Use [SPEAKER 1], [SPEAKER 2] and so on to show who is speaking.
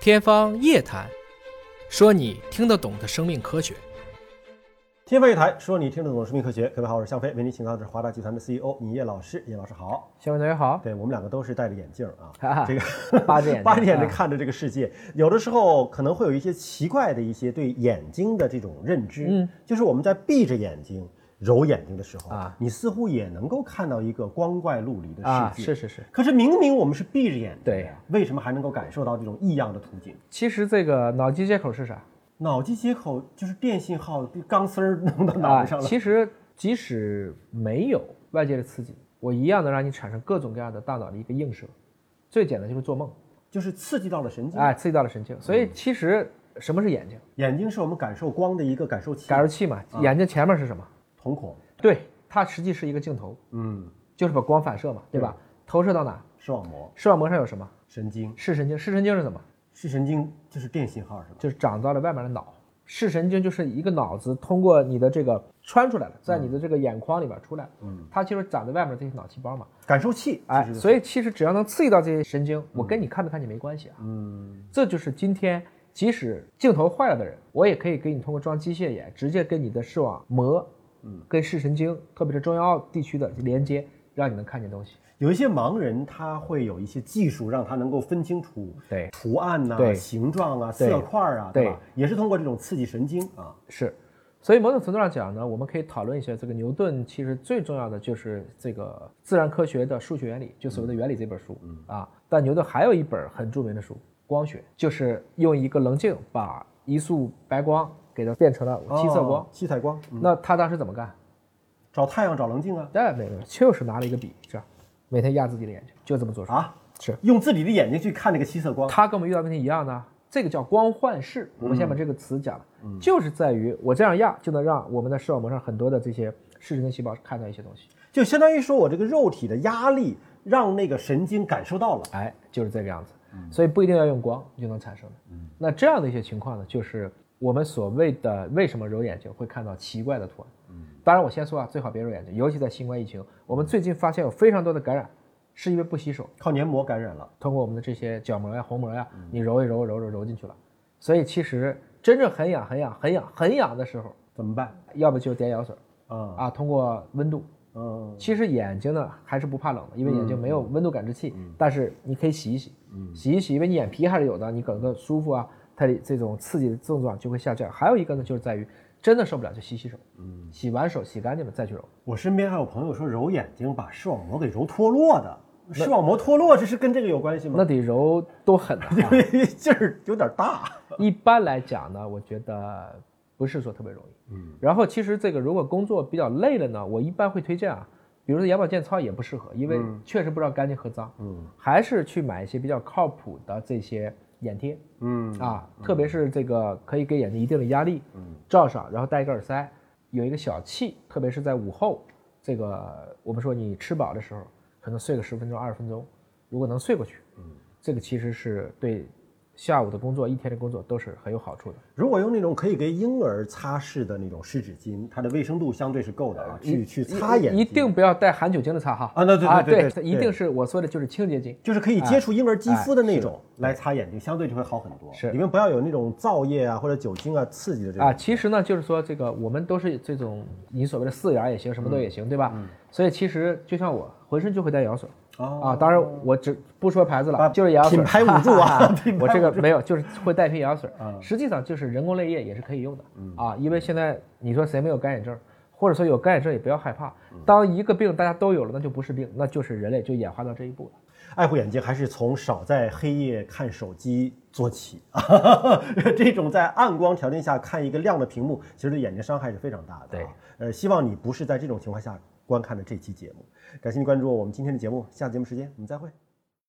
[SPEAKER 1] 天方夜谭，说你听得懂的生命科学。
[SPEAKER 2] 天方夜谭，说你听得懂生命科学。各位好，我是向飞，为您请到的是华大集团的 CEO 尹烨老师。尹烨老师好，
[SPEAKER 3] 小文同学好，
[SPEAKER 2] 对我们两个都是戴着眼镜啊，
[SPEAKER 3] 啊
[SPEAKER 2] 这个
[SPEAKER 3] 八只眼睛
[SPEAKER 2] 八只眼睛
[SPEAKER 3] 啊
[SPEAKER 2] 看着这个世界，有的时候可能会有一些奇怪的一些对眼睛的这种认知，
[SPEAKER 3] 嗯，
[SPEAKER 2] 就是我们在闭着眼睛揉眼睛的时候
[SPEAKER 3] 啊
[SPEAKER 2] 你似乎也能够看到一个光怪陆离的世界，
[SPEAKER 3] 啊，是是是。
[SPEAKER 2] 可是明明我们是闭着眼睛的
[SPEAKER 3] 对
[SPEAKER 2] 呀，为什么还能够感受到这种异样的途径？
[SPEAKER 3] 其实这个脑机接口是啥
[SPEAKER 2] 脑机接口就是电信号钢丝儿弄到脑
[SPEAKER 3] 啊
[SPEAKER 2] 袋上？了，
[SPEAKER 3] 其实即使没有外界的刺激，我一样能让你产生各种各样的大脑的一个映射。最简单就是做梦，
[SPEAKER 2] 就是刺激到了神经。
[SPEAKER 3] 哎，刺激到了神经。所
[SPEAKER 2] 嗯
[SPEAKER 3] 以其实什么是眼睛？
[SPEAKER 2] 眼睛是我们感受光的一个感受器，
[SPEAKER 3] 感受器
[SPEAKER 2] 嗯
[SPEAKER 3] 嘛，眼睛前面是什么？
[SPEAKER 2] 瞳孔，
[SPEAKER 3] 对，它实际是一个镜头，
[SPEAKER 2] 嗯，
[SPEAKER 3] 就是把光反射嘛，对吧？投射到哪？
[SPEAKER 2] 视网膜、
[SPEAKER 3] 视网膜上有什么？
[SPEAKER 2] 神经，
[SPEAKER 3] 视神经，视神经是什么？
[SPEAKER 2] 视神经就是电信号是吧？
[SPEAKER 3] 就是长到了外面的脑。视神经就是一个脑子通过你的这个穿出来了，在你的这个眼眶里边出来了，
[SPEAKER 2] 嗯，
[SPEAKER 3] 它就是长在外面的这些脑细胞嘛，
[SPEAKER 2] 感受器，
[SPEAKER 3] 哎，
[SPEAKER 2] 其实就是
[SPEAKER 3] 所以其实只要能刺激到这些神经，我跟你看没看见没关系啊，
[SPEAKER 2] 嗯，
[SPEAKER 3] 这就是今天即使镜头坏了的人，我也可以给你通过装机械眼，直接跟你的视网膜，嗯，跟视神经，特别是中央地区的连接，让你能看见东西。
[SPEAKER 2] 有一些盲人他会有一些技术让他能够分清楚
[SPEAKER 3] 对
[SPEAKER 2] 图案呐、
[SPEAKER 3] 对
[SPEAKER 2] 形状啊、
[SPEAKER 3] 对
[SPEAKER 2] 色块啊，
[SPEAKER 3] 对
[SPEAKER 2] 吧？也是通过这种刺激神经啊，
[SPEAKER 3] 是，所以某种程度上讲呢，我们可以讨论一下这个牛顿，其实最重要的就是这个自然科学的数学原理，就所谓的原理这本书、啊。但牛顿还有一本很著名的书《光学》，就是用一个棱镜把一束白光给它变成了七色光。
[SPEAKER 2] 哦七彩光，嗯
[SPEAKER 3] 那他当时怎么干？
[SPEAKER 2] 找太阳找棱镜啊
[SPEAKER 3] 那没有，就是拿了一个笔，这样每天压自己的眼睛，就这么做出来。
[SPEAKER 2] 啊，
[SPEAKER 3] 是
[SPEAKER 2] 用自己的眼睛去看那个七色光，
[SPEAKER 3] 他跟我们遇到问题一样呢，这个叫光幻视。我们先把这个词讲了，就是在于我这样压就能让我们的视网膜上很多的这些视神经细胞看到一些东西。
[SPEAKER 2] 就相当于说我这个肉体的压力让那个神经感受到了。
[SPEAKER 3] 哎，就是这个样子。所以不一定要用光就能产生的。那这样的一些情况呢，就是我们所谓的为什么揉眼睛会看到奇怪的图案。当然我先说啊，最好别揉眼睛，尤其在新冠疫情，我们最近发现有非常多的感染是因为不洗手，
[SPEAKER 2] 靠黏膜感染了，
[SPEAKER 3] 通过我们的这些角膜呀、虹膜呀，你揉一揉揉揉揉进去了。所以其实真正很痒、很痒、很痒、很痒的时候，
[SPEAKER 2] 怎么办？
[SPEAKER 3] 要不就是点眼药水
[SPEAKER 2] 啊、
[SPEAKER 3] 啊，通过温度。
[SPEAKER 2] 嗯，
[SPEAKER 3] 其实眼睛呢还是不怕冷的，因为眼睛没有温度感知器，但是你可以洗一洗，洗一洗，因为你眼皮还是有的，你整个舒服啊，它的这种刺激的症状就会下降。还有一个呢，就是在于真的受不了就洗洗手，洗完手洗干净了再去揉。
[SPEAKER 2] 我身边还有朋友说揉眼睛把视网膜给揉脱落的，视网膜脱落这是跟这个有关系吗？
[SPEAKER 3] 那得揉多狠啊！
[SPEAKER 2] 因为劲儿有点大。
[SPEAKER 3] 一般来讲呢，我觉得不是说特别容易。嗯，然后其实这个如果工作比较累了呢，我一般会推荐啊，比如说眼保健操也不适合，因为确实不知道干净和脏。嗯，还是去买一些比较靠谱的这些眼贴。
[SPEAKER 2] 嗯，
[SPEAKER 3] 啊，特别是这个可以给眼睛一定的压力，嗯，罩上，然后戴一个耳塞，有一个小憩，特别是在午后，这个我们说你吃饱的时候，可能睡个十分钟、二十分钟，如果能睡过去，嗯，这个其实是对下午的工作、一天的工作都是很有好处的。
[SPEAKER 2] 如果用那种可以给婴儿擦拭的那种湿纸巾，它的卫生度相对是够的啊，去去擦眼睛，
[SPEAKER 3] 呃一定不要带含酒精的擦哈
[SPEAKER 2] 啊那对对
[SPEAKER 3] 啊
[SPEAKER 2] 对对对
[SPEAKER 3] 一定是我说的就是清洁剂。
[SPEAKER 2] 就是可以接
[SPEAKER 3] 哎
[SPEAKER 2] 触婴儿肌肤的那种来擦眼睛，相对就会好很多。
[SPEAKER 3] 是
[SPEAKER 2] 里面不要有那种皂液啊或者酒精啊刺激的这种。
[SPEAKER 3] 啊，其实呢，就是说这个我们都是这种你所谓的四眼儿也行，什么都
[SPEAKER 2] 嗯
[SPEAKER 3] 也行，对吧？所以其实就像我浑身就会带眼药水，
[SPEAKER 2] 哦
[SPEAKER 3] 啊，当然我只不说牌子
[SPEAKER 2] 把
[SPEAKER 3] 了，啊就是眼药水
[SPEAKER 2] 品牌捂住啊 品牌
[SPEAKER 3] 我这个没有，就是会带一瓶眼药水，
[SPEAKER 2] 嗯
[SPEAKER 3] 实际上就是人工泪液也是可以用的啊，因为现在你说谁没有干眼症，或者说有干眼症也不要害怕，
[SPEAKER 2] 嗯
[SPEAKER 3] 当一个病大家都有了，那就不是病，那就是人类就演化到这一步了。
[SPEAKER 2] 爱护眼睛还是从少在黑夜看手机做起。 这种在暗光条件下看一个亮的屏幕，其实对眼睛伤害是非常大的、啊。
[SPEAKER 3] 对，
[SPEAKER 2] 呃，希望你不是在这种情况下观看的这期节目。感谢您关注我们今天的节目，下节目时间我们再会。